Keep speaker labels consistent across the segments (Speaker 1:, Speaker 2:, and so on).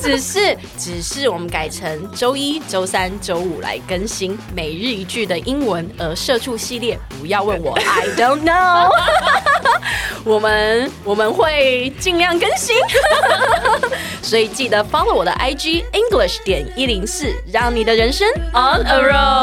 Speaker 1: 只是只是我们改成周一、周三、周五来更新每日一句的英文，而社畜系列不要问我，I don't know 我们我们会尽量更新， 所以记得 follow 我的 IG English 点一零四，让你的人生 on a roll。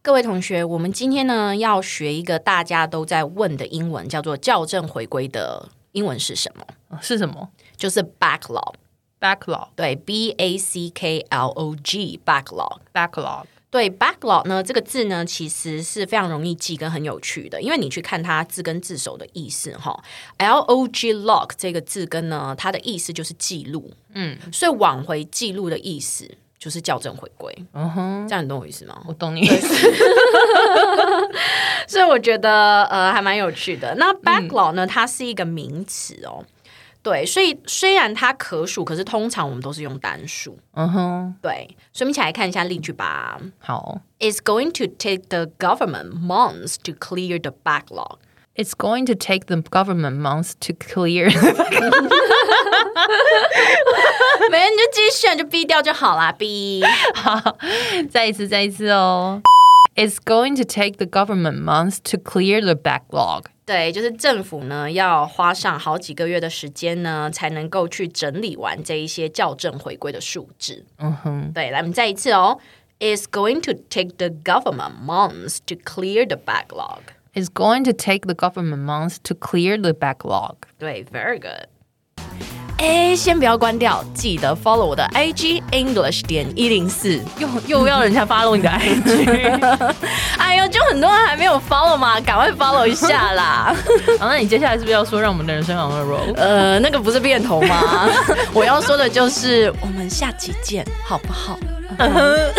Speaker 1: 各位同学，我们今天呢要学一个大家都在问的英文，叫做校正回归的英文是什么？
Speaker 2: 是什么
Speaker 1: 就是 backlog，
Speaker 2: ？backlog
Speaker 1: 对，b a c k l o g backlog。
Speaker 2: backlog
Speaker 1: 对 backlog 呢这个字呢，其实是非常容易记跟很有趣的，因为你去看它字根字首的意思哈，l o g log 这个字根呢，它的意思就是记录，嗯，所以往回记录的意思就是校正回归，嗯哼，这样你懂我意思吗？
Speaker 2: 我懂你意思。
Speaker 1: 所以我觉得呃还蛮有趣的。那 backlog 呢，它是一个名词哦，对，所以虽然它可数，可是通常我们都是用单数，
Speaker 2: 嗯哼，
Speaker 1: 对，所以我们一起来看一下例句吧。
Speaker 2: 好。
Speaker 1: It's going to take the government months to clear the backlog.
Speaker 2: It's going to take the government months to clear
Speaker 1: 没，你就继续选，就逼掉就好啦，逼。
Speaker 2: 再一次，再一次哦。It's going to take the government months to clear the backlog.
Speaker 1: 对，就是政府呢要花上好几个月的时间呢，才能够去整理完这一些校正回归的数字。嗯哼，对，来，我们再一次哦。It's going to take the government months to clear the backlog.
Speaker 2: It's going to take the government months to clear the backlog.
Speaker 1: 对，very good。哎，先不要关掉，记得 follow 我的 IG English 点一零四。
Speaker 2: 又 又要人家 follow 你的 IG，
Speaker 1: 哎呦，就很多人还没有 follow 嘛，赶快 follow 一下啦。
Speaker 2: 好，那你接下来是不是要说让我们的人生 on a roll？
Speaker 1: 呃，那个不是变头吗？ 我要说的就是，我们下期见，好不好？
Speaker 3: And